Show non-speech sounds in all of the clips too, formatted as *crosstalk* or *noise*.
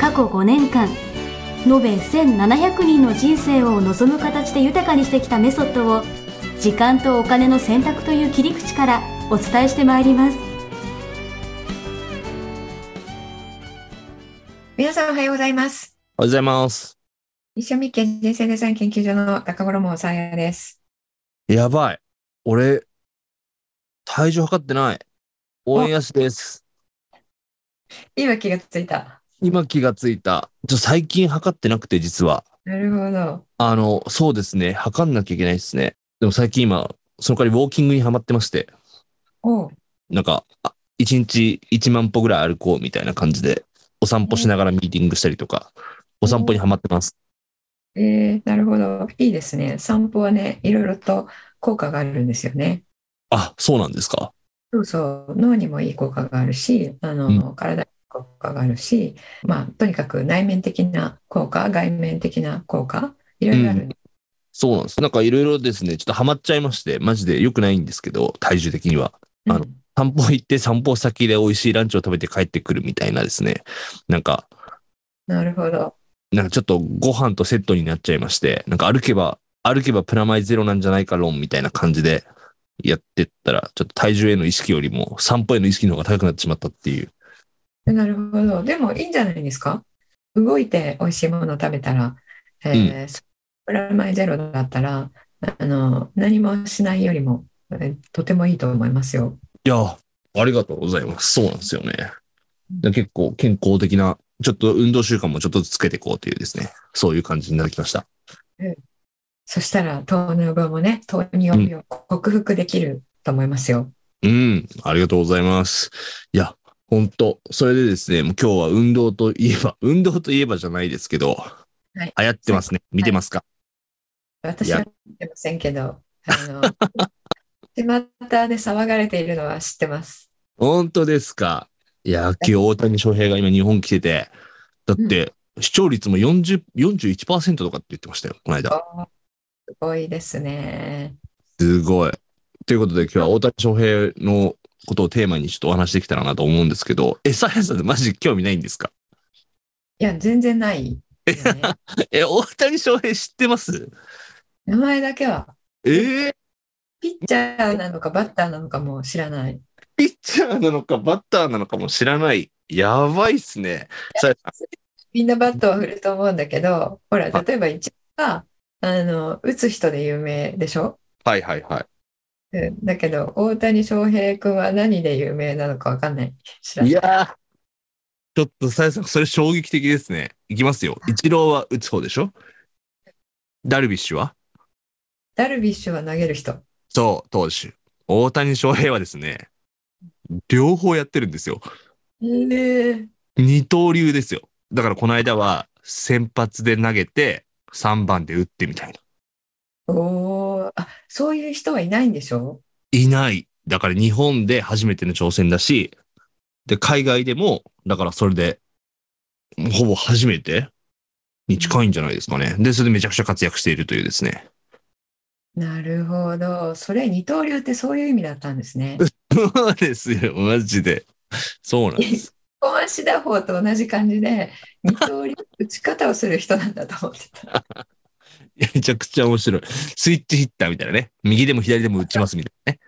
過去5年間延べ1700人の人生を望む形で豊かにしてきたメソッドを時間とお金の選択という切り口からお伝えしてまいります皆さんおはようございます。おはようございます。西尾県人生デザイン研究所の中頃もさあやです。やばい。俺、体重測ってない。応援やしです。今気がついた。今気がついた。ちょ最近測ってなくて、実は。なるほど。あの、そうですね。測んなきゃいけないですね。でも最近今、その代わりウォーキングにハマってまして、おうなんか、あ1日1万歩ぐらい歩こうみたいな感じで、お散歩しながらミーティングしたりとか、お散歩にハマってます。えー、なるほど。いいですね。散歩はね、いろいろと効果があるんですよね。あ、そうなんですか。そうそう。脳にもいい効果があるし、あの、体にも効果があるし、まあ、とにかく内面的な効果、外面的な効果、いろいろあるんでそうなんです。なんかいろいろですね、ちょっとハマっちゃいまして、マジで良くないんですけど、体重的には。うんあの散歩行って散歩先で美味しいランチを食べて帰ってくるみたいなですね。なんか、なるほど。なんかちょっとご飯とセットになっちゃいまして、なんか歩けば、歩けばプラマイゼロなんじゃないか論みたいな感じでやってったら、ちょっと体重への意識よりも散歩への意識の方が高くなってしまったっていう。なるほど。でもいいんじゃないですか動いて美味しいものを食べたら、えープラマイゼロだったら、あの、何もしないよりも、えーとてもいいと思いますよ。いや、ありがとうございます。そうなんですよね。で結構健康的な、ちょっと運動習慣もちょっとずつつけていこうというですね、そういう感じになってきました。そしたら糖尿病もね、糖尿病を克服できると思いますよ。うん、ありがとうございます。いや、ほんと、それでですね、もう今日は運動といえば、 *laughs* 運動といえばじゃないですけど、い流行ってますね。見てますか、私は見てませんけど、あの、巷で騒がれているのは知ってます。本当ですかいや、今日大谷翔平が今日本来てて、だって、視聴率も40、41%とかって言ってましたよ、この間。すごいですね。すごい。ということで今日は大谷翔平のことをテーマにちょっとお話しできたらなと思うんですけど、え、サーヤさんマジ興味ないんですかいや、全然ないよね、え、大谷翔平知ってます名前だけは。ええピッチャーなのかバッターなのかも知らない。ピッチャーなのかバッターなのかも知らない。やばいっすね。さやさみんなバットは振ると思うんだけど、ほら、例えば一番は、あの、打つ人で有名でしょんはいはいはい。うんだけど、大谷翔平君は何で有名なのかわかんない。知らないい。やーちょっとさやさん、それ衝撃的ですね。いきますよ。イチローは打つ方でしょダルビッシュはダルビッシュは投げる人。そう、投手。大谷翔平はですね、両方やってるんですよ。ね二刀流ですよ。だからこの間は先発で投げて、3番で打ってみたいな。おーあ、そういう人はいないんでしょいない。だから日本で初めての挑戦だし、で、海外でも、だからそれで、ほぼ初めてに近いんじゃないですかね。で、それでめちゃくちゃ活躍しているというですね。 *laughs* なるほど。それ、二刀流ってそういう意味だったんですね。そうですよ、マジで。そうなんです。小足打法と同じ感じで、二刀流、打ち方をする人なんだと思ってた。いやめちゃくちゃ面白い。スイッチヒッターみたいなね。右でも左でも打ちますみたいなね。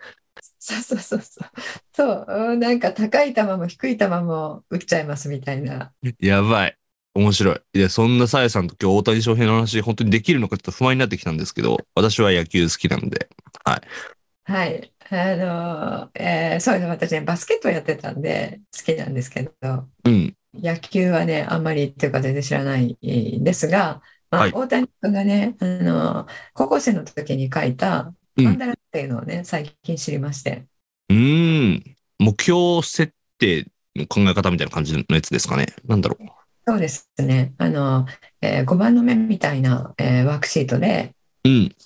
そうそうそうそう。そう、うんなんか高い球も低い球も打っちゃいますみたいな。やばい。面白い。いや、そんなさやさんと今日大谷翔平の話、本当にできるのかちょっと不安になってきたんですけど、私は野球好きなんで。はい。あのーえーそうです。私ね、バスケットをやってたんで好きなんですけど、うん。野球はね、あんまりっていうか全然知らないんですが、まあはい大谷君がね、あのー高校生の時に書いたうんマンダラっていうのをね、最近知りまして。うーん。目標設定の考え方みたいな感じのやつですかね。なんだろう。そうですね。あの、え5番の目みたいな、えーワークシートで、うん。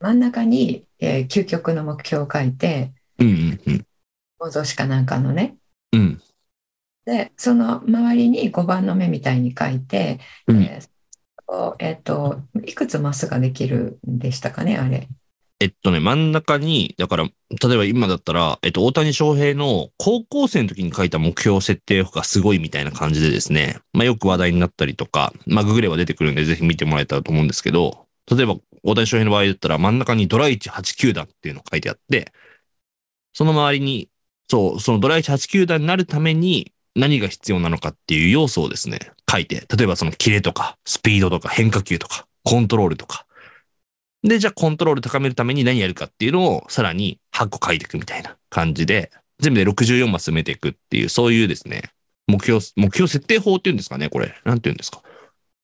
真ん中に、えー究極の目標を書いて、うん。うん。想像しかなんかのね。うん。で、その周りに5番の目みたいに書いて、うんえーそこをえっと、いくつマスができるんでしたかね、あれ。えっとね、真ん中に、だから、例えば今だったら、えっと、大谷翔平の高校生の時に書いた目標設定がすごいみたいな感じでですね、まあよく話題になったりとか、まあググれば出てくるんでぜひ見てもらえたらと思うんですけど、例えば大谷翔平の場合だったら真ん中にドラ189球団っていうのが書いてあって、その周りに、そう、そのドラ189球団になるために何が必要なのかっていう要素をですね、書いて、例えばそのキレとか、スピードとか、変化球とか、コントロールとか、で、じゃあコントロール高めるために何やるかっていうのをさらに8個書いていくみたいな感じで、全部で64マス埋めていくっていう、そういうですね、目標、目標設定法っていうんですかね、これ。なんていうんですか。で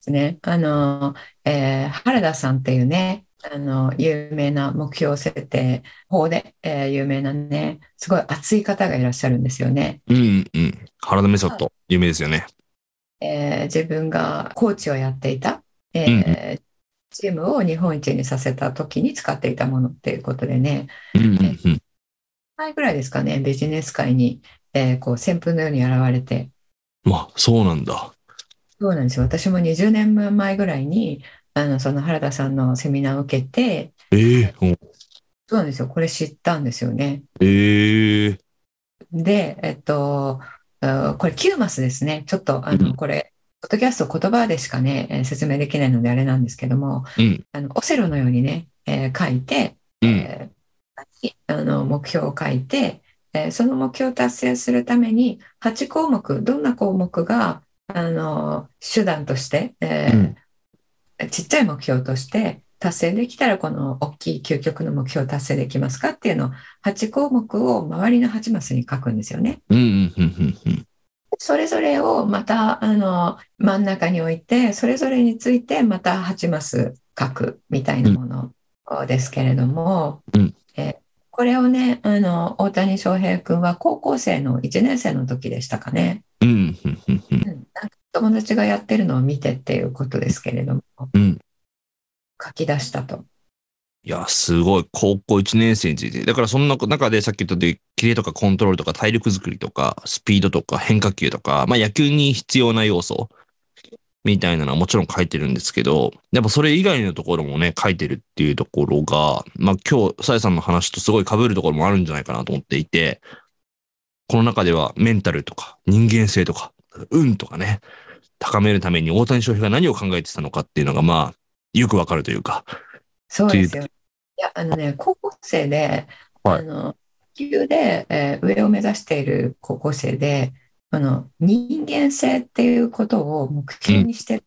すね。あの、えー原田さんっていうね、あの、有名な目標設定法で、えー有名なね、すごい熱い方がいらっしゃるんですよね。うんうん。原田メソッド、有名ですよね。えー自分がコーチをやっていた、えうんーチームを日本一にさせた時に使っていたものっていうことでね、うんうんうん。前ぐらいですかね、ビジネス界に、えーこう旋風のように現れて、まあ、そうなんだ。そうなんですよ。私も20年前ぐらいに、あの、その原田さんのセミナーを受けて、ええうんそうなんですよ。これ知ったんですよね。ええで、えっと、うんこれ9マスですね。ちょっと、あうんの、これ、ポッドキャスト言葉でしかね、えー説明できないのであれなんですけども、うんあの、オセロのようにね、えー書いて、うん。えーあの、目標を書いて、えーその目標を達成するために、8項目、どんな項目が、あの、手段として、えーうんちっちゃい目標として達成できたらこの大きい究極の目標を達成できますかっていうのを8項目を周りの8マスに書くんですよね。うんうんうんうんうん。それぞれをまたあの真ん中に置いてそれぞれについてまた8マス書くみたいなものですけれども、うんえーこれをねあの大谷翔平君は高校生の1年生の時でしたかね、うんうんうんうん。うんなんか友達がやってるのを見てっていうことですけれどもうん。書き出したと。いや、すごい。高校1年生について。だから、その中中でさっき言ったで、キレとかコントロールとか体力作りとか、スピードとか変化球とか、まあ野球に必要な要素みたいなのはもちろん書いてるんですけど、やっぱそれ以外のところもね、書いてるっていうところが、まあ今日、さやさんの話とすごい被るところもあるんじゃないかなと思っていて、この中ではメンタルとか人間性とか、運とかね、高めるために大谷翔平が何を考えてたのかっていうのが、まあ、よくわかるというか、そうですよ。いや、あのね、高校生で、はいあの、野球で、えー上を目指している高校生で、あの、人間性っていうことを目標にしてる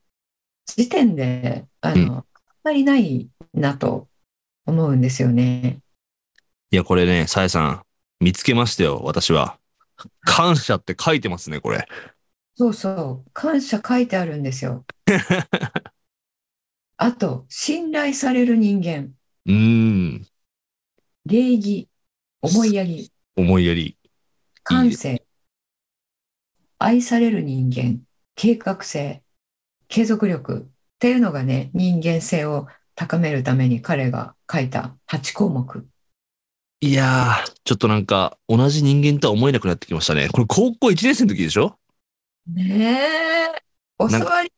時点で、あの、うんあんまりないなと思うんですよね。いや、これね、さえさん、見つけましたよ、私は。感謝って書いてますね、これ。そうそう、感謝書いてあるんですよ。 *laughs* あと、信頼される人間、うーん、礼儀、思いやり、思いやり。感性、愛される人間、計画性、継続力っていうのがね、人間性を高めるために彼が書いた8項目。いやー、ちょっとなんか、同じ人間とは思えなくなってきましたね。これ、高校1年生の時でしょねえ、おなん座かり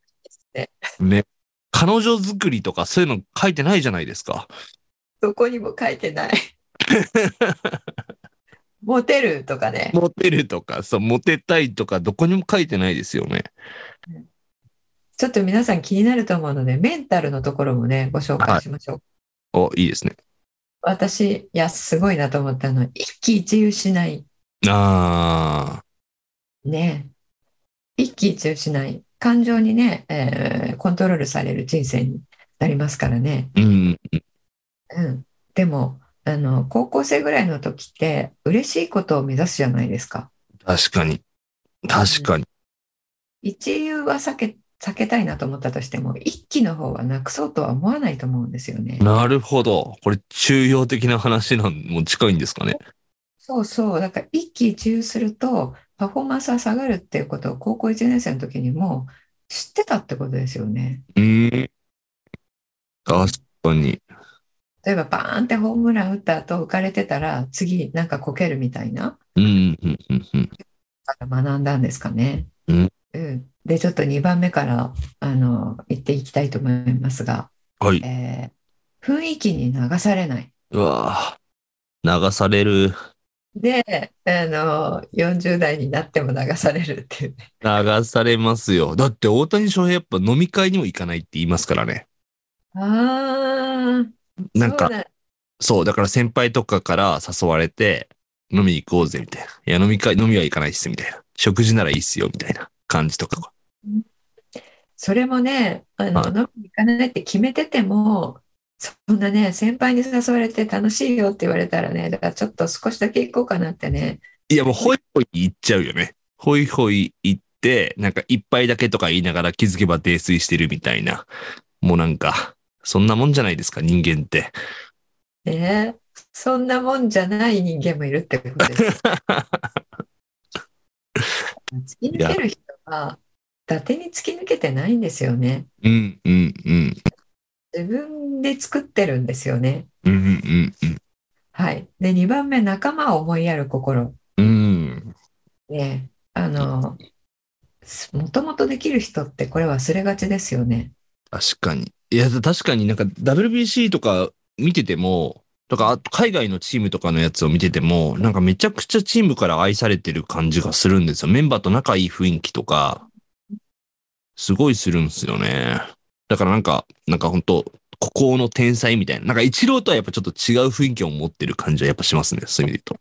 ですね。ね。彼女作りとか、そういうの書いてないじゃないですか。どこにも書いて *laughs* ない。モテるとかね。モテるとか、そう、モテたいとか、どこにも書いてないですよね。ちょっと皆さん気になると思うので、メンタルのところもね、ご紹介しましょう。お、いいですね。私、いや、すごいなと思ったのは、一喜一憂しない。あねえ一喜一憂しない感情にね、えーコントロールされる人生になりますからね、ー、うん、うん、でもあの高校生ぐらいの時って嬉しいことを目指すじゃないですか確かに。確かに。一憂は避け避けたいなと思ったとしても一喜の方はなくそうとは思わないと思うんですよねなるほど。これ、中庸的な話なん、もう近いんですかね。そうそうだから一喜一憂するとパフォーマンスは下がるっていうことを高校1年生の時にも知ってたってことですよね。うん。確かに。例えばバーンってホームラン打った後浮かれてたら次なんかこけるみたいなうん、うん、うん、うん。から学んだんですかね。うんうんでちょっと2番目からあの言っていきたいと思いますが、はい。えー雰囲気に流されない。うわぁ流される。であの40代になっても流されるっていうね。流されますよ。だって大谷翔平やっぱ飲み会にも行かないって言いますからね。あーなんかそう、だそう、だから先輩とかから誘われて、飲みに行こうぜ、みたいな。いや、飲み会、飲みは行かないっす、みたいな。食事ならいいっすよ、みたいな感じとか。それもねあの、はい飲みに行かないって決めててもそんなね先輩に誘われて楽しいよって言われたらねだからちょっと少しだけ行こうかなってねいや、もうホイホイ行っちゃうよね。ホイホイ行って、なんか一杯だけとか言いながら気づけば泥酔してるみたいな。もうなんか、そんなもんじゃないですか、人間って。 *laughs* ねそんなもんじゃない人間もいるってことです。 *laughs* 突き抜ける人は伊達に突き抜けてないんですよね。うん、うん、うん。自分で作ってるんですよね。うん、うん、うん。はい。で2番目仲間を思いやる心うん。であのもともとできる人ってこれ忘れがちですよね。確かに。いや、確かになんか WBC とか見てても、とか、あと海外のチームとかのやつを見てても、なんかめちゃくちゃチームから愛されてる感じがするんですよ。メンバーと仲いい雰囲気とか、すごいするんですよね。だからなんか、なんか本当孤高の天才みたいな。なんか一郎とはやっぱちょっと違う雰囲気を持ってる感じはやっぱしますね。そういう意味で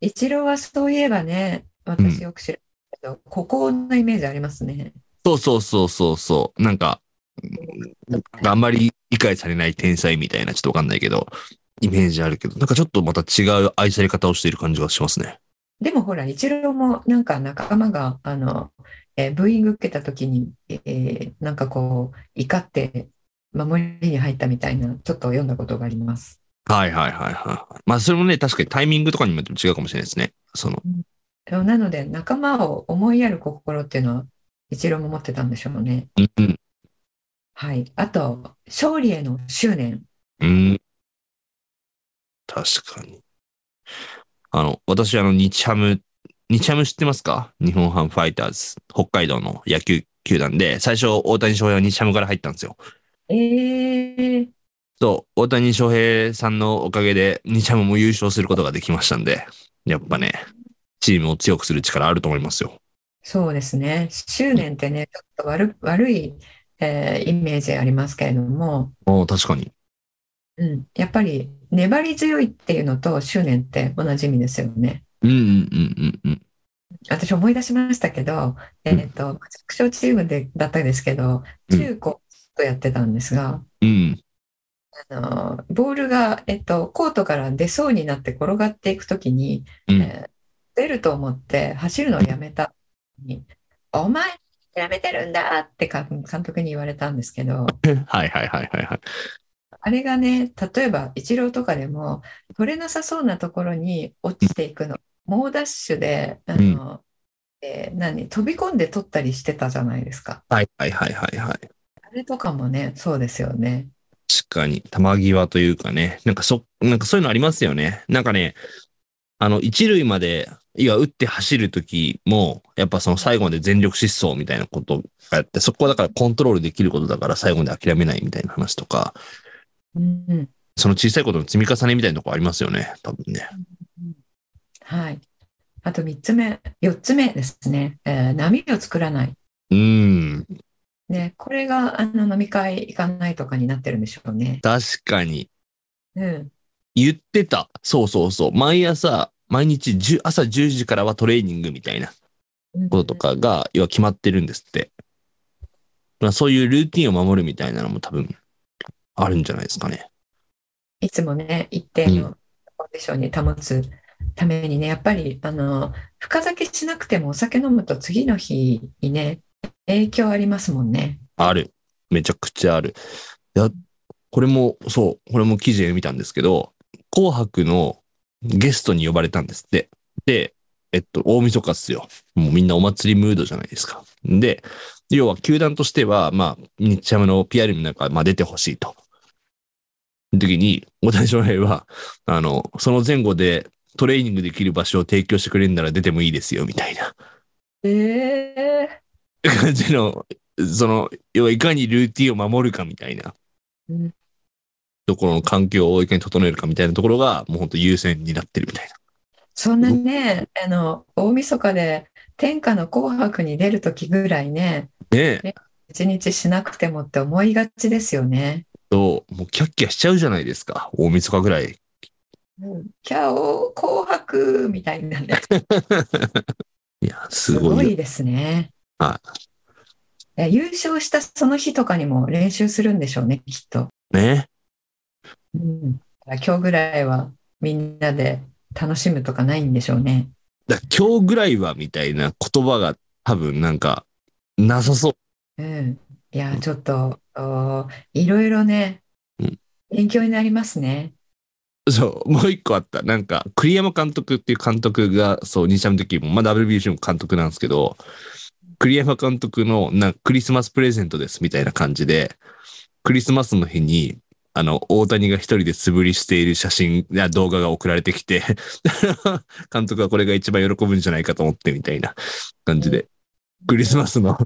一郎はそういえばね、私よく知らないけど、孤高のイメージありますね。言うと。そうそうそうそうそう。なんか、うんなんかあんまり理解されない天才みたいな、ちょっとわかんないけど、イメージあるけど、なんかちょっとまた違う愛され方をしている感じがしますね。でもほら、一郎もなんか仲間が、あの、えーブーイング受けた時に、えーなんかこう、怒って守りに入ったみたいな、ちょっと読んだことがあります。はいはいはいはい。まあそれもね、確かにタイミングとかにもよっても違うかもしれないですね。その、なので、仲間を思いやる心っていうのは、一郎も持ってたんでしょうね。うんうん、はい。あと、勝利への執念。うん。確かに。あの、私、あの、日ハム、日ハム知ってますか日本ハムファイターズ、北海道の野球球団で、最初、大谷翔平は日ハムから入ったんですよ。えー、そう、大谷翔平さんのおかげで、日ハムも優勝することができましたんで、やっぱね、チームを強くする力あると思いますよ。そうですね。執念ってね、ちょっと悪、悪い、えーイメージありますけれども、おー確かに。うん、やっぱり粘り強いっていうのと執念って同じ意味ですよね。うんうんうんうんうん。私思い出しましたけど、えっと、弱小チームでだったんですけど、うん中高とやってたんですが、うん。あのボールが、えっと、コートから出そうになって転がっていくときに、うんえー出ると思って走るのをやめたに、お前やめてるんだってか監督に言われたんですけど、はいはいはいはいはい。あれがね、例えばイチローとかでも、取れなさそうなところに落ちていくの、猛ダッシュで、あの、えー何、飛び込んで取ったりしてたじゃないですか。はいはいはいはいはい。あれとかもね、そうですよね。確かに、玉際というかね、なんかそ、なんかそういうのありますよね。なんかね、あの、一塁まで、いや、打って走るときも、やっぱその最後まで全力疾走みたいなことがあって、そこはだからコントロールできることだから最後まで諦めないみたいな話とか、うん、その小さいことの積み重ねみたいなとこありますよね、多分ね。はい。あと3つ目、4つ目ですね、えー波を作らない。うーん、ね、これがあの飲み会行かないとかになってるんでしょうね。確かに。うん、言ってた。そうそうそう。毎朝、毎日10朝10時からはトレーニングみたいなこととかが、要は決まってるんですって。まあ、そういうルーティンを守るみたいなのも多分、あるんじゃないですかね。いつもね、一定のコンディションに保つためにね、やっぱり、あの、深酒しなくてもお酒飲むと次の日にね、影響ありますもんね。ある。めちゃくちゃある。いや、これも、そう、これも記事で見たんですけど、紅白のゲストに呼ばれたんですって。で、えっと、大晦日っすよ。もうみんなお祭りムードじゃないですか。で、要は球団としては、まあ、日ハムの PR になんか、まあ、出てほしいと。時に、大谷翔平は、あの、その前後でトレーニングできる場所を提供してくれるなら出てもいいですよ、みたいなえ感じの、その、要はいかにルーティンを守るかみたいなうん、ところの環境をいかに整えるかみたいなところが、もう本当優先になってるみたいな。そんなね、あの、大晦日で天下の紅白に出る時ぐらいね、ねえ、一日しなくてもって思いがちですよね。と、もうキャッキャしちゃうじゃないですか、大晦日ぐらい。キャオ、紅白みたいなね。いや、すすごいよごいですね。はいや優勝したその日とかにも練習するんでしょうね、きっと。ね。うん、だから今日ぐらいはみんなで楽しむとかないんでしょうね。だ今日ぐらいはみたいな言葉が多分なんか、なさそう。うん、いや、ちょっと、おいろいろねうん、勉強になりますね。そう、もう一個あった。なんか、栗山監督っていう監督が、そう、日ハムの時も、まあ、WBC も監督なんですけど、栗山監督の、なんか、クリスマスプレゼントです、みたいな感じで、クリスマスの日に、あの、大谷が一人で素振りしている写真や動画が送られてきて、 *laughs* 監督はこれが一番喜ぶんじゃないかと思って、みたいな感じで、クリスマスの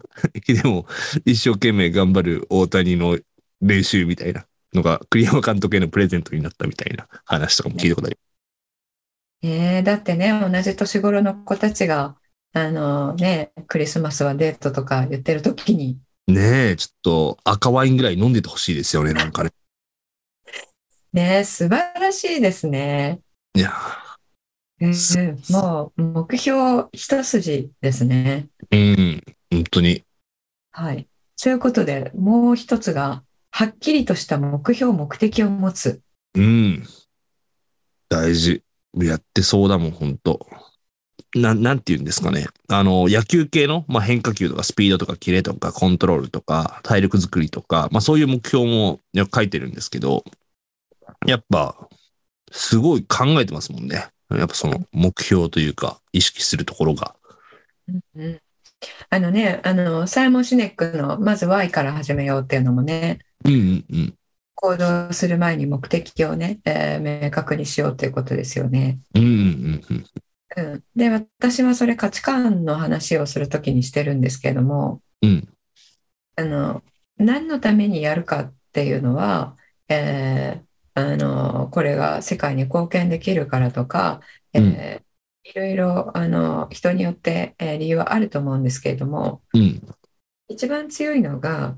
日でも、一生懸命頑張る大谷の練習みたいなのが、栗山監督へのプレゼントになったみたいな話とかも聞いたことありねえだってね、同じ年頃の子たちが、あのね、クリスマスはデートとか言ってる時に、ねえ、ちょっと赤ワインぐらい飲んでてほしいですよね、なんかね。ねえ、素晴らしいですね。いや、うんもう目標一筋ですね。うん、本当に。はい。そういうことで、もう一つが、はっきりとした目標、目的を持つ。うん。大事。やってそうだもん、本当な、なんて言うんですかね。あの、野球系の、まあ、変化球とかスピードとかキレとかコントロールとか体力作りとか、まあ、そういう目標もいや書いてるんですけど、やっぱ、すごい考えてますもんね。やっぱその目標というか、意識するところが。うんあのね、あの、サイモン・シネックの、まず Y から始めようっていうのもね、うんうんうん。行動する前に目的をね、えー明確にしようということですよね。うんうんうんうん。うん。で、私はそれ価値観の話をするときにしてるんですけども、うん。あの、何のためにやるかっていうのは、えーあの、これが世界に貢献できるからとか、えーいろいろ、あの、人によって、えー理由はあると思うんですけれども、うん。一番強いのが、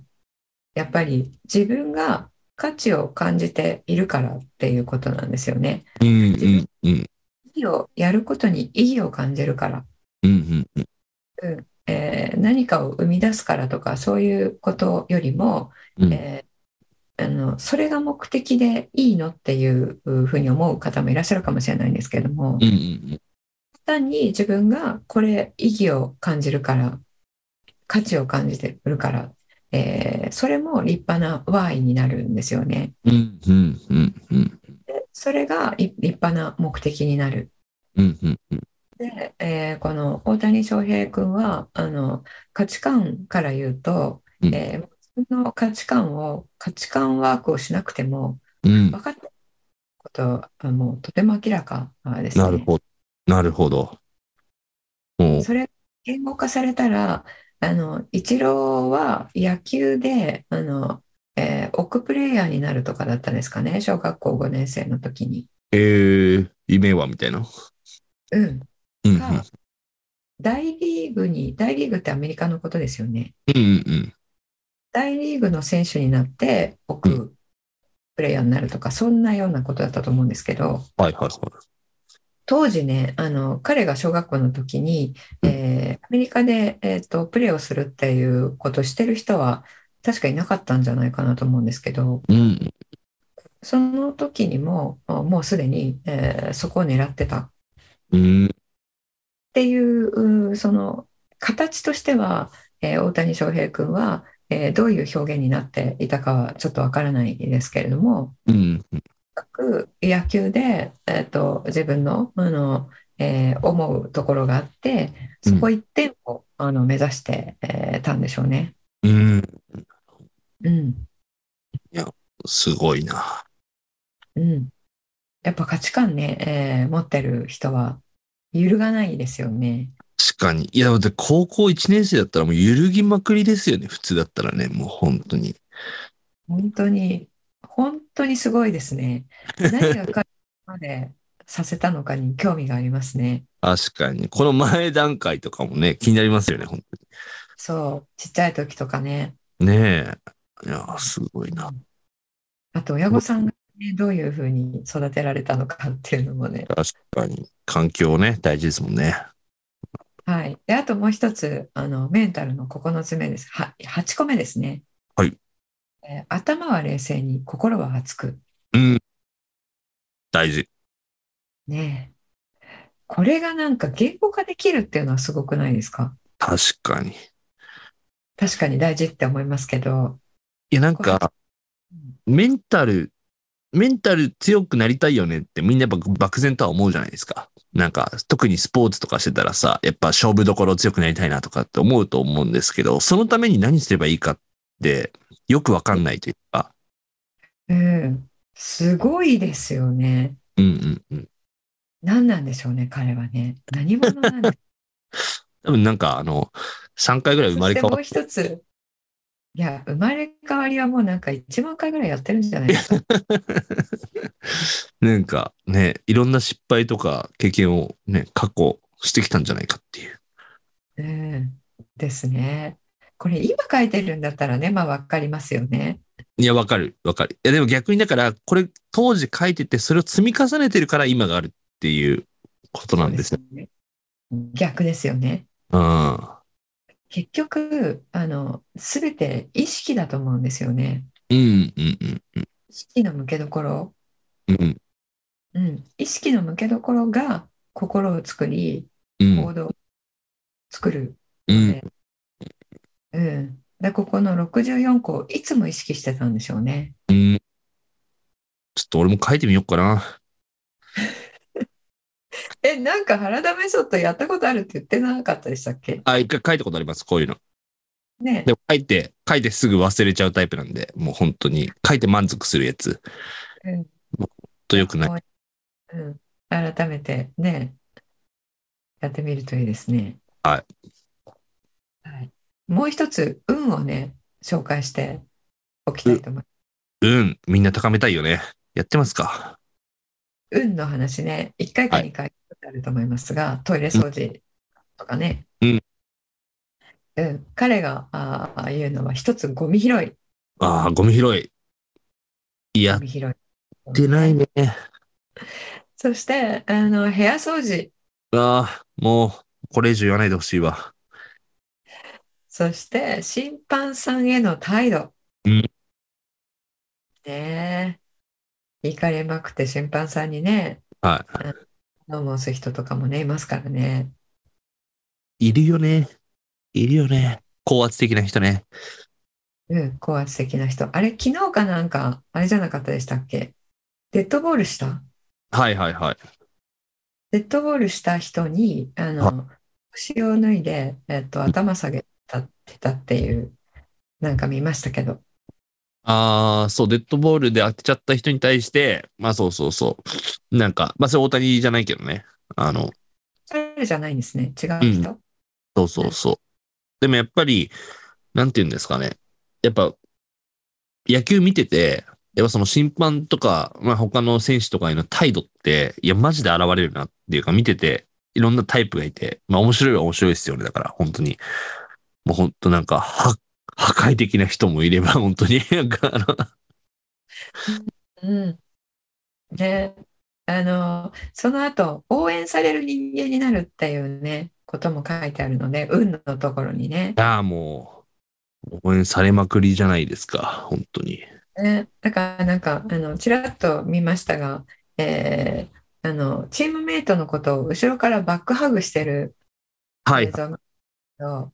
やっぱり自分が価値を感じているからっていうことなんですよね。うんうんうん。意義をやることに意義を感じるから、うんうんえー何かを生み出すからとか、そういうことよりも、うん。えーあのそれが目的でいいのっていうふうに思う方もいらっしゃるかもしれないんですけれどもうんうん単に自分がこれ意義を感じるから価値を感じてるから、えーそれも立派な Y になるんですよね。うんうんうんうんでそれがい立派な目的になる。うんうんで、えーこの大谷翔平君はあの価値観から言うと、うんえー自分の価値観を価値観ワークをしなくてもうん分かったことはもうとても明らかですなるね。ほど。なるほど。もう、それが言語化されたらあのイチローは野球であの、えー、オックプレイヤーになるとかだったんですかね小学校5年生の時に。えー、夢はみたいな。うん、うんうんが大リーグに大リーグってアメリカのことですよね。うんうん大リーグの選手になってオックプレイヤーになるとかそんなようなことだったと思うんですけど。はいはいは当時ね、あの、彼が小学校の時に、えーアメリカで、えーと、プレーをするっていうことをしてる人は、確かいなかったんじゃないかなと思うんですけど、い。うんその時にも、あもうすでに、えーそこを狙ってたっうんていう、うーその、形としては、えー大谷翔平君は、えーどういう表現になっていたかはちょっとわからないですけれども、うん各野球で、えー、と自分のあの、えー思うところがあってそこ一点を、あの目指して、えーたんでしょうね。うん。うん。すごいな。うん。やっぱ価値観ね、えー持ってる人は揺るがないですよね。確かに。いや、だって高校1年生だったらもう揺るぎまくりですよね。普通だったらね。もう本当に。本当に、本当にすごいですね。何が彼までさせたのかに興味がありますね。確かに。この前段階とかもね、気になりますよね。本そう、ちっちゃい時とかね。当に。ねえ。いや、すごいな。あと親御さんが、ね、どういうふうに育てられたのかっていうのもね。確かに。環境ね、大事ですもんね。はい。で、あともう一つ、あの、メンタルの9つ目です。は、8個目ですね。はい。えー頭は冷静に、心は熱く。大事。ねえ。これがなんか言語化できるっていうのはすごくないですか確かに。確かに大事って思いますけど。いや、なんか、メンタル、メンタル強くなりたいよねってみんなやっぱ漠然とは思うじゃないですか。なんか、特にスポーツとかしてたらさ、やっぱ勝負どころ強くなりたいなとかって思うと思うんですけど、そのために何すればいいかって、よくわかんないというか。うん。すごいですよね。うんうんうん。何なんでしょうね、彼はね。何者なんで多分なんか、あの、3回ぐら *laughs* い生まれ変わそしてもう一つ。いや、生まれ変わりはもうなんか1万回ぐらいやってるんじゃないですか。 *laughs* なんかね、いろんな失敗とか経験をね、過去してきたんじゃないかっていう。うん。ですね。これ今書いてるんだったらね、まあわかりますよね。いや、わかる、わかる。いや、でも逆にだから、これ当時書いてて、それを積み重ねてるから今があるっていうことなんですね。そうですよね逆ですよね。うん。結局、あの、すべて意識だと思うんですよね。うん、うん、うん意識の向けどころ。うん、うん。意識の向けどころが心を作り、うん、行動を作る。うん。うん。で、ここの64個をいつも意識してたんでしょうね。うん。ちょっと俺も書いてみようかな。え、なんか原田メソッドやったことあるって言ってなかったでしたっけあ、一回書いたことあります、こういうの。ね。でも書いて、書いてすぐ忘れちゃうタイプなんで、もう本当に、書いて満足するやつ。うんとよくない。うん。改めてね、やってみるといいですね。。はいはい。もう一つ、運をね、紹介しておきたいと思います。うん、みんな高めたいよね。やってますか運の話ね、1回かはい2回あると思いますが、トイレ掃除とかね。うん。うん、彼があー言うのは、一つゴミ拾い。ああ、ゴミ拾い。やゴっミ拾い。てないね。そして、あの、部屋掃除。ああ、もう、これ以上言わないでほしいわ。そして、審判さんへの態度。うんねえ。行かれまくって審判さんにね、は飲むす人とかもね、いますからね。いるよね。いるよね。高圧的な人ね。うん、高圧的な人。あれ、昨日かなんか、あれじゃなかったでしたっけデッドボールしたはいはいはい。デッドボールした人に、あの、腰を脱いで、えっと、頭下げたってたっていう、なんか見ましたけど。ああ、そう、デッドボールで当てちゃった人に対して、まあそうそうそう。なんか、まあそれ大谷じゃないけどね。あの、彼じゃないんですね。違う人。そうそうそう。でもやっぱり、なんて言うんですかね。やっぱ、野球見てて、やっぱその審判とか、まあ他の選手とかへの態度って、いや、マジで現れるなっていうか、見てて、いろんなタイプがいて、まあ面白いは面白いですよね。だから、本当に。もう本当なんか、は、破壊的な人もいれば、 *laughs* 本当に、なんか、あの、うん。ね。あの、その後、応援される人間になるっていうね、ことも書いてあるので、運のところにね。いやーもう、応援されまくりじゃないですか、本当に。ね、だからなんかあのちらっと見ましたが、えーあのチームメイトのことを後ろからバックハグしてるはい映。像があるけど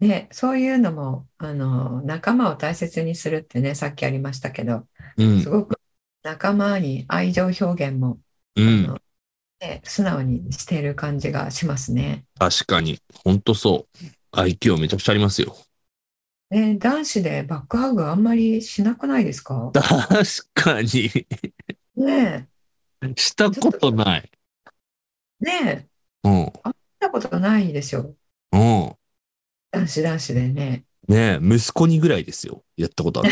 ね、そういうのもあの仲間を大切にするってねさっきありましたけどうんす。ごく仲間に愛情表現もうあん。のて素直にしている感じがしますね。確かに。ほんとそう。IQ めちゃくちゃありますよ。 *laughs* ね男子でバックハグあんまりしなくないですか確かに。ねしたことない。え、ねえ、うん。見たことないですよ。うん。男子男子でね。ねえ、息子にぐらいですよ。やった *laughs* ことある。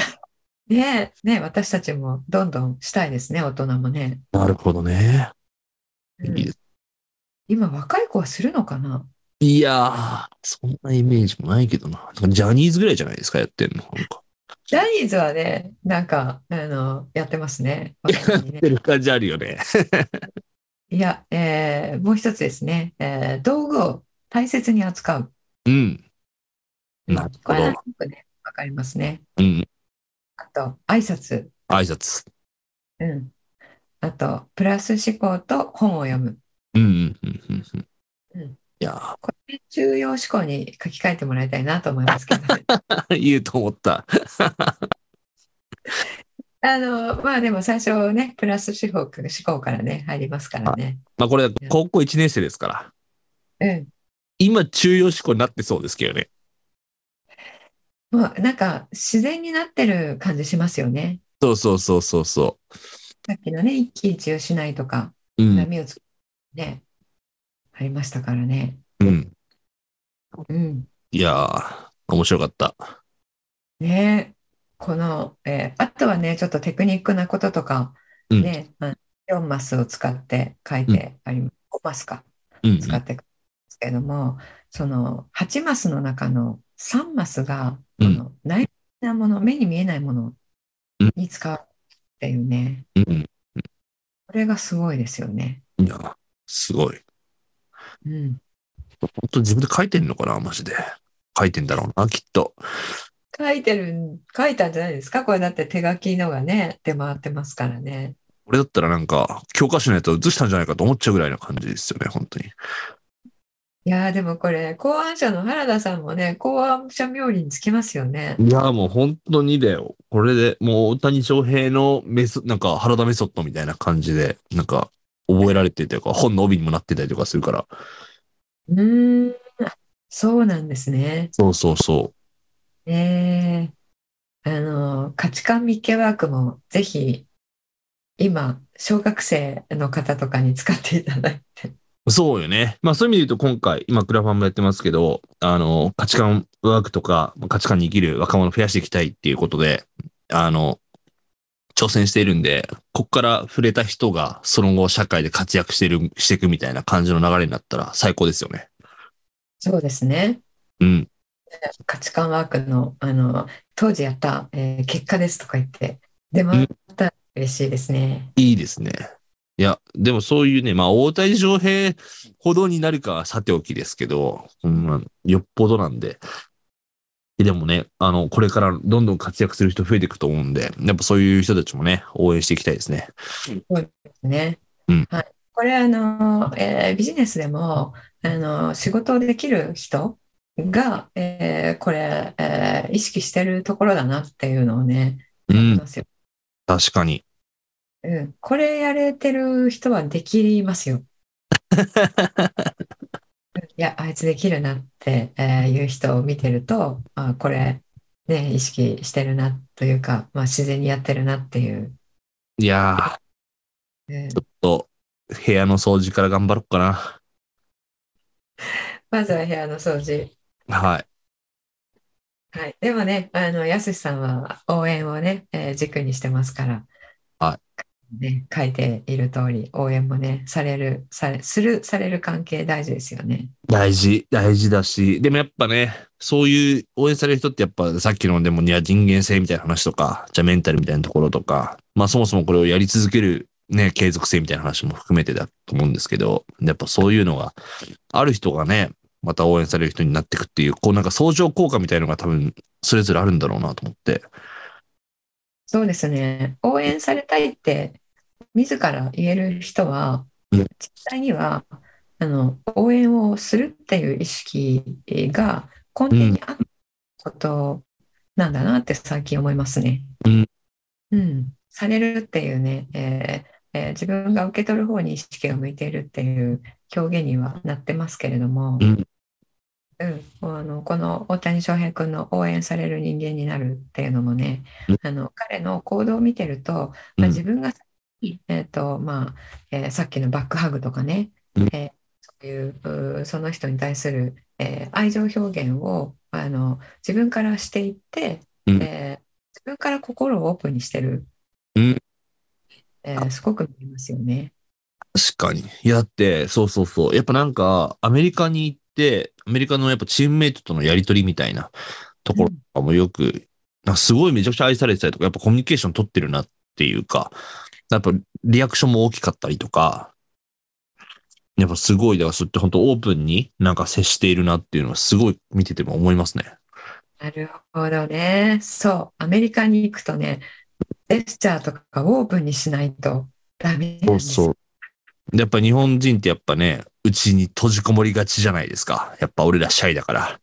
ねえ、ねえ、私たちもどんどんしたいですね、大人もね。なるほどね。うんいいです今若い子はするのかないやー、そんなイメージもないけどな。なんかジャニーズぐらいじゃないですか、やってんの。なんか。ジャニーズはね、なんか、あの、やってますね。 *laughs* や若っい *laughs* 子にねてる感じあるよね。いや、えーもう一つですね、えー道具を大切に扱う。うん。なるこほれはどよ。くね、わかりますね。うん。あと、挨拶。挨拶。うん。あと、プラス思考と本を読む。うんうんうんうんうん。うんいやこれ、重要思考に書き換えてもらいたいなと思います *laughs* けど。ー、言うと思った。あの、まあでも最初ね、プラス思考思考からね、入りますからね。まあこれ、高校1年生ですから。うん。今、中庸思考になってそうですけどね。もうなんか、自然になってる感じしますよね。そうそうそうそうそさっきのね、一喜一憂しないとか、う。うん。波をつね、ありましたからね。うん。うん。いやー、面白かった。ねこの、えーあとはね、ちょっとテクニックなこととか、うんね、うん、4マスを使って書いてあります。5マスか、うんうん。使って書くんですけども、その、8マスの中の3マスが、こうんの、内面なもの、目に見えないものに使うっていうね、うんこれがすごいですよね。うん。いやー、すごい。うん。本当自分で書いてんのかな、マジで。書いてんだろうな、きっと。書いてる、書いたんじゃないですかこれだって手書きのがね、出回ってますからね。俺だったらなんか、教科書のやつを写したんじゃないかと思っちゃうぐらいな感じですよね、本当に。いやーでもこれ、考案者の原田さんもね、考案者冥利につきますよね。いやー、もう本当にだよ。これでもう大谷翔平のメソ、なんか原田メソッドみたいな感じで、なんか覚えられてというか、本の帯にもなってたりとかするから。うーん、そうなんですね。そうそうそえー、あのー、価値観密けワークもぜひ、今、小学生の方とかに使っていただいて。う。そうよね。まあそういう意味で言うと今回、今クラファンもやってますけど、あの、価値観ワークとか、価値観に生きる若者を増やしていきたいっていうことで、あの、挑戦しているんで、こっから触れた人がその後社会で活躍してる、していくみたいな感じの流れになったら最高ですよね。そうですね。うん。価値観ワークの、あのー、当時やった、えー結果ですとか言って、出回ったら嬉しいですね。いいですね。いや、でもそういうね、まあ、大谷翔平ほどになるかはさておきですけど、うん、よっぽどなんで。でもね、あの、これからどんどん活躍する人増えていくと思うんで、やっぱそういう人たちもね、応援していきたいですね。ね。うんはい。これあの、えービジネスでも、あの、仕事をできる人が、えーこれ、えー意識してるところだなっていうのをね、う思いん、ますよ。確かに。うん。これやれてる人はできます *laughs* よ。いや、あいつできるなって、えーいう人を見てると、あ、これ、ね、意識してるなというか、まあ、自然にやってるなっていう。いやー、うんちょっと、部屋の掃除から頑張ろうかまずは部屋の掃除。な。はい。はい、でもね、あの、やすしさんは応援をね、えー軸にしてますから、はね、書いている通り、応援もね、される、され、する、される関係大事ですよね。大事、大事だし、でもやっぱね、そういう応援される人ってやっぱさっきのでもいや人間性みたいな話とか、じゃあメンタルみたいなところとか、まあそもそもこれをやり続けるね、継続性みたいな話も含めてだと思うんですけど、やっぱそういうのがある人がね、また応援される人になっていくっていう、こうなんか相乗効果みたいのが多分それぞれあるんだろうなと思って。そうですね。応援されたいって、自ら言える人は、うん実際には、あの、応援をするっていう意識が根底にあったことなんだなって最近思いますね。うんうん。されるっていうね、えーえー自分が受け取る方に意識が向いているっていう表現にはなってますけれども、うんうんあのこの大谷翔平君の応援される人間になるっていうのもね、うんあの彼の行動を見てると、うんまあ、自分が、えーとまあえーさっきのバックハグとかね、うんえーそういううーその人に対する、えー愛情表現をあの自分からしていって、うんえー自分から心をオープンにしてる、うんえーすごく見えますよね。確かに。いやだって、そうそうそう。やっぱなんか、アメリカに行って、アメリカのやっぱチームメイトとのやりとりみたいなところとかもよく、なんかすごいめちゃくちゃ愛されてたりとか、やっぱコミュニケーション取ってるなっていうか、やっぱリアクションも大きかったりとか、やっぱすごい、だからそうやって本当オープンになんか接しているなっていうのはすごい見てても思いますね。なるほどね。そう、アメリカに行くとね、ジェスチャーとかをオープンにしないとダメなんです。う。やっぱ日本人ってやっぱね、うちに閉じこもりがちじゃないですか。やっぱ俺らシャイだから。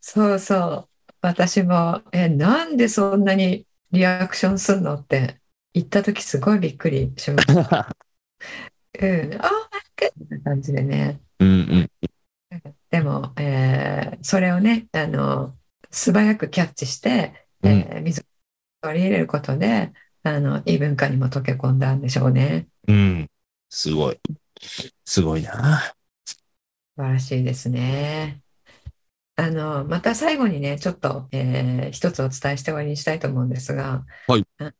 そうそう。私も、え、なんでそんなにリアクションすんのって言った時すごいびっくりしました。 *laughs* うん、あーみたいな感じでね。うんうん。でも、えーそれをね、あの、素早くキャッチして、うんえー水を取り入れることで、あの、異文化にも溶け込んだんでしょうね。うん。すごい。すごいな。素晴らしいですね。あの、また最後にね、ちょっと、えー一つお伝えして終わりにしたいと思うんですが、はいあ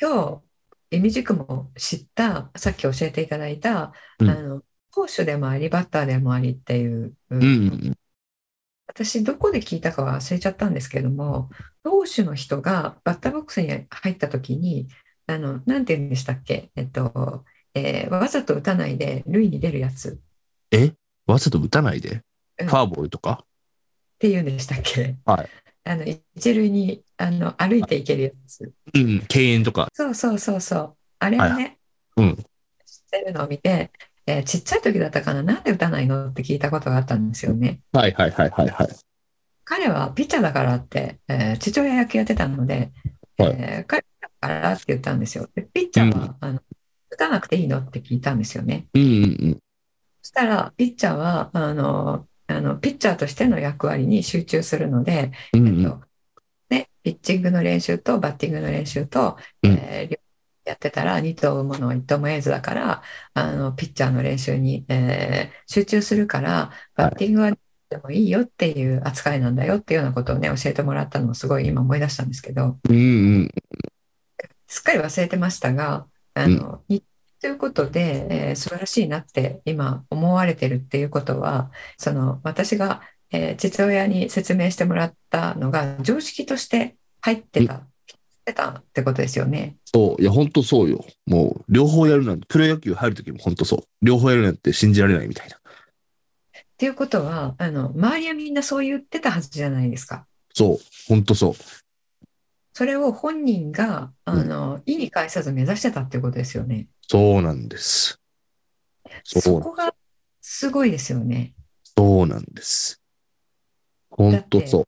今日、イミジクも知った、さっき教えていただいた、うんあの、投手でもあり、バッターでもありっていう、うんうん。私、どこで聞いたかは忘れちゃったんですけども、投手の人がバッターボックスに入った時に、あの、なんて言うんでしたっけ、えっと、えーわざと打たないで塁に出るやつわざと打たないで。うフんァーボールとか。っていうんでしたっけはいあの一塁にあの歩いていけるやつうん。敬遠とか。そうそうそうそうあれをはねうんしてるのを見て、えーちっちゃい時だったかななんで打たないのって聞いたことがあったんですよねはいはいはいはいはい。彼はピッチャーだからって、えー父親野球やってたので、はいえー彼だからって言ったんですよでピッチャーは、あの打たなくていいのって聞いたんですよねうんうんそしたらピッチャーはあのあのピッチャーとしての役割に集中するので、うん。うえっんうん。とね、ピッチングの練習とバッティングの練習と、うんえー両方やってたら2頭もの1頭もエイズだからあのピッチャーの練習に、えー集中するからバッティングはでもいいよっていう扱いなんだよっていうようなことをね教えてもらったのをすごい今思い出したんですけどうんうん。すっかり忘れてましたがあの、にということで、えー素晴らしいなって今思われてるっていうことはその私が、えー父親に説明してもらったのが常識として入ってた,、ってたってことですよね。そう。いや、本当そうよ。もう、両方やるなんて、プロ野球入るときも本当そう。両方やるなんて信じられないみたいな。っていうことはあの周りはみんなそう言ってたはずじゃないですか。そう。本当そう。それを本人があの、意に介さず目指してたっていうことですよね。そうなんです。そうそこがすごいですよね。そうなんです。本当そ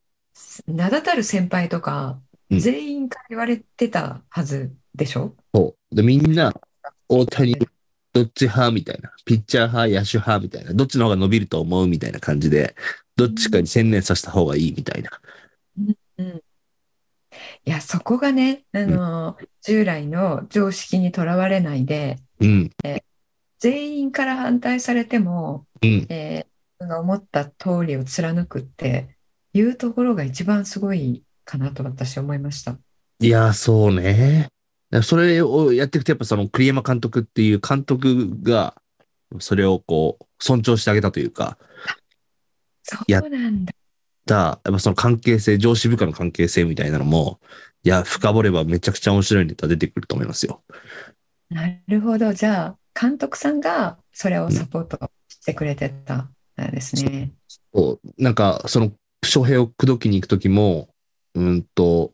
う。名だたる先輩とか、うん全員から言われてたはずでしょそう。で、みんな、大谷、どっち派みたいな。ピッチャー派、野手派みたいな。どっちの方が伸びると思うみたいな感じで、どっちかに専念させた方がいいみたいな。いや、そこがね、あの、従来の常識にとらわれないで、うん。全員から反対されても、うん。えー自分が思った通りを貫くっていうところが一番すごいかなと私は思いました。いやー、そうね。だからそれをやっていくと、やっぱその栗山監督っていう監督が、それをこう、尊重してあげたというか、そやうなんだ。だ、やっぱその関係性、上司部下の関係性みたいなのも、いや、深掘ればめちゃくちゃ面白いネタ出てくると思いますよ。なるほど。じゃあ、監督さんがそれをサポートしてくれてたんですね。こうなんか、その、翔平を口説きに行くときも、うんと、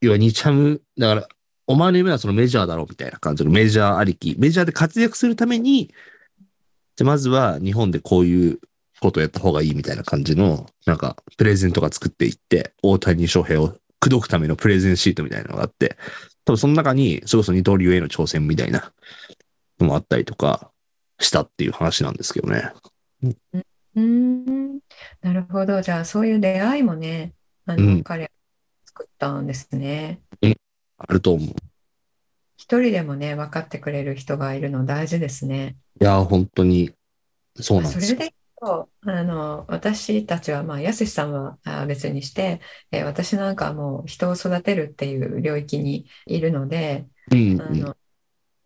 要は、ニチャム、だから、お前の夢はそのメジャーだろうみたいな感じのメジャーありき、メジャーで活躍するために、じゃあまずは日本でこういうことをやった方がいいみたいな感じの、なんか、プレゼントが作っていって、大谷翔平を口説くためのプレゼンシートみたいなのがあって、多分その中に、それこそ二刀流への挑戦みたいなのもあったりとかしたっていう話なんですけどね。うーん、なるほど。じゃあ、そういう出会いもね、あの、うん彼は作ったんですね。あると思う。い一人でもね、分かってくれる人がいるの大事ですね。やー、本当に、そうなんそでれすでよ。言うと、あの、私たちは、まあ、やすしさんはあ別にして、えー私なんかはもう人を育てるっていう領域にいるので、うん、あうんの、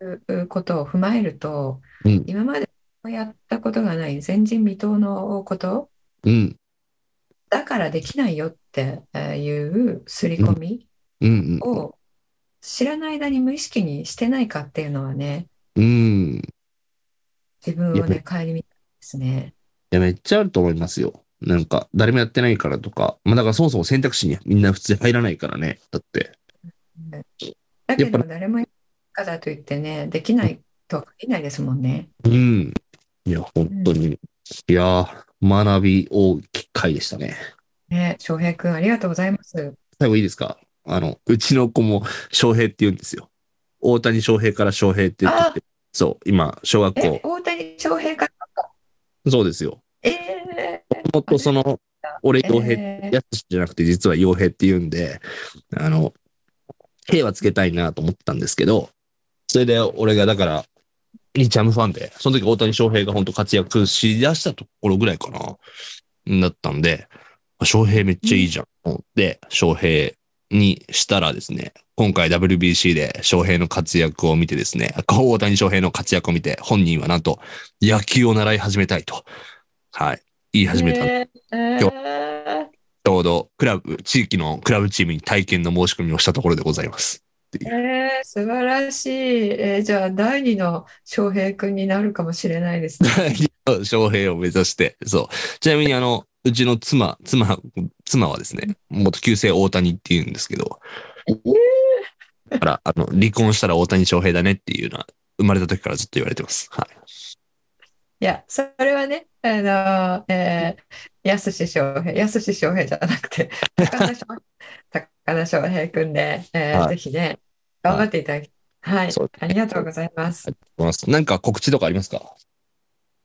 そういうことを踏まえると、うん今までやったことがない前人未到のこと、うん、だからできないよっていう刷り込みうん、を知らない間に無意識にしてないかっていうのはね、うん。い自分をいやね、顧みたいですね。や、めっちゃあると思いますよ。なんか、誰もやってないからとか、まあだからそもそも選択肢にみんな普通入らないからね。だって。だけやっぱど、誰もやったからといってね、できないとは限らないですもんね。うん。いや、本当に。いやー、学び多い機会でしたね。ね、翔平くん、ありがとうございます。最後いいですかあの、うちの子も翔平って言うんですよ。大谷翔平から翔平って言ってて。そう、今、小学え、校。大谷翔平か、そうですよ。えーもっとその、俺、洋平、えーやつじゃなくて、実は洋平って言うんで、あの、平はつけたいなと思ってたんですけど、それで俺がだから、日ハムファンで、その時大谷翔平が本当活躍しだしたところぐらいかな、だったんで、あ翔平めっちゃいいじゃん、と思って、翔平にしたらですね、今回 WBC で翔平の活躍を見てですね、こう大谷翔平の活躍を見て、本人はなんと野球を習い始めたいと、はい、言い始めたんでえー今ちょうどクラブ、地域のクラブチームに体験の申し込みをしたところでござい *laughs* ます。えー素晴らしい。えーじゃあ、第二の翔平くんになるかもしれないですね。翔平を目指して、そう。ちなみにあの、うちの妻、妻、妻はですね、元旧姓大谷って言うんですけど、だから、あの、離婚したら大谷翔平だねっていうのは、生まれた時からずっと言われてます。はい。いや、それはね、あのー、えー、やすし翔平、やすし翔平じゃなく *laughs* て、高田翔平、高田翔平くんで、えーはいぜひね、頑張っていただき、はい、そうありがとうございます。なんか告知とかありますか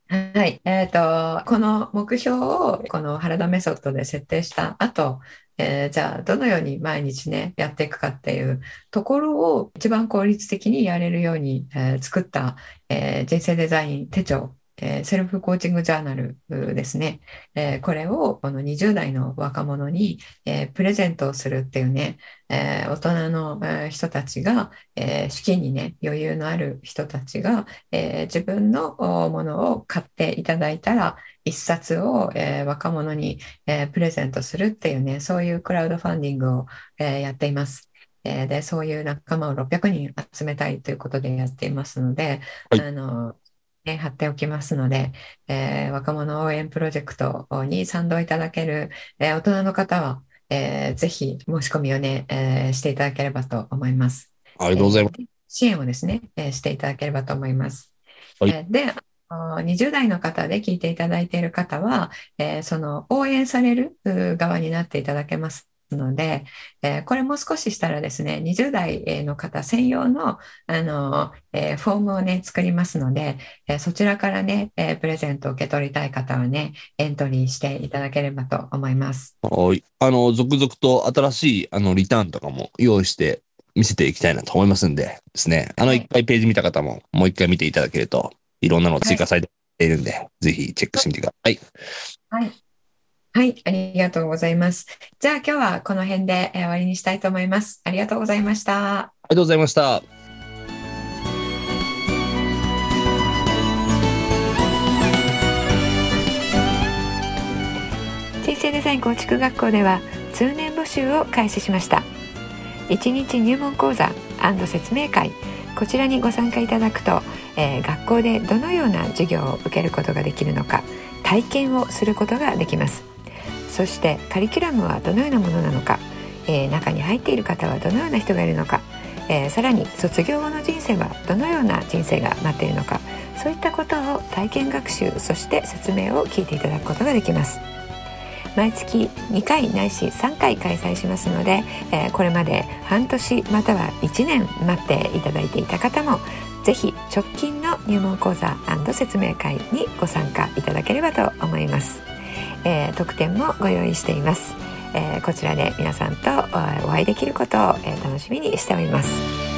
はい、えっと、この目標を、この原田メソッドで設定した後、えーじゃあ、どのように毎日ね、やっていくかっていうところを一番効率的にやれるように、えー作った、えー人生デザイン手帳、えーセルフコーチングジャーナルうですね。えーこれをこの20代の若者に、えープレゼントをするっていうね、えー大人の、えー人たちが、えー資金にね、余裕のある人たちが、えー自分のおものを買っていただいたら、一冊を、えー若者に、えープレゼントするっていうね、そういうクラウドファンディングを、えーやっています。えーで、そういう仲間を600人集めたいということでやっていますので、はいあの、ね、貼っておきますので、えー若者応援プロジェクトに賛同いただける、えー大人の方は、えーぜひ申し込みをね、えーしていただければと思います。ありがとうございます。えー支援をですね、えーしていただければと思います。はいえーで、あの20代の方で聞いていただいている方は、えーその応援されるうー側になっていただけます。ので、えーこれもう少ししたらですね、20代えーの方専用の、あのえーフォームをね、作りますので、えーそちらからね、えープレゼントを受け取りたい方はね、エントリーしていただければと思います。はい。あの、続々と新しい、あの、リターンとかも用意して見せていきたいなと思いますんでですね。あの、はい一回ページ見た方も、もう一回見ていただけると、いろんなの追加されているんで、ぜひチェックしてみてください。はい、ありがとうございます。じゃあ今日はこの辺でえー終わりにしたいと思います。ありがとうございました。ありがとうございました。人生デザイン構築学校では通年募集を開始しました1日入門講座説明会こちらにご参加いただくと、えー学校でどのような授業を受けることができるのか体験をすることができますそしてカリキュラムはどのようなものなのか、えー中に入っている方はどのような人がいるのか、えーさらに卒業後の人生はどのような人生が待っているのかそういったことを体験学習そして説明を聞いていただくことができます毎月2回ないし3回開催しますので、えーこれまで半年または1年待っていただいていた方もぜひ直近の入門講座説明会にご参加いただければと思います、えー特典もご用意しています、えーこちらで皆さんとえーお会いできることをえー楽しみにしております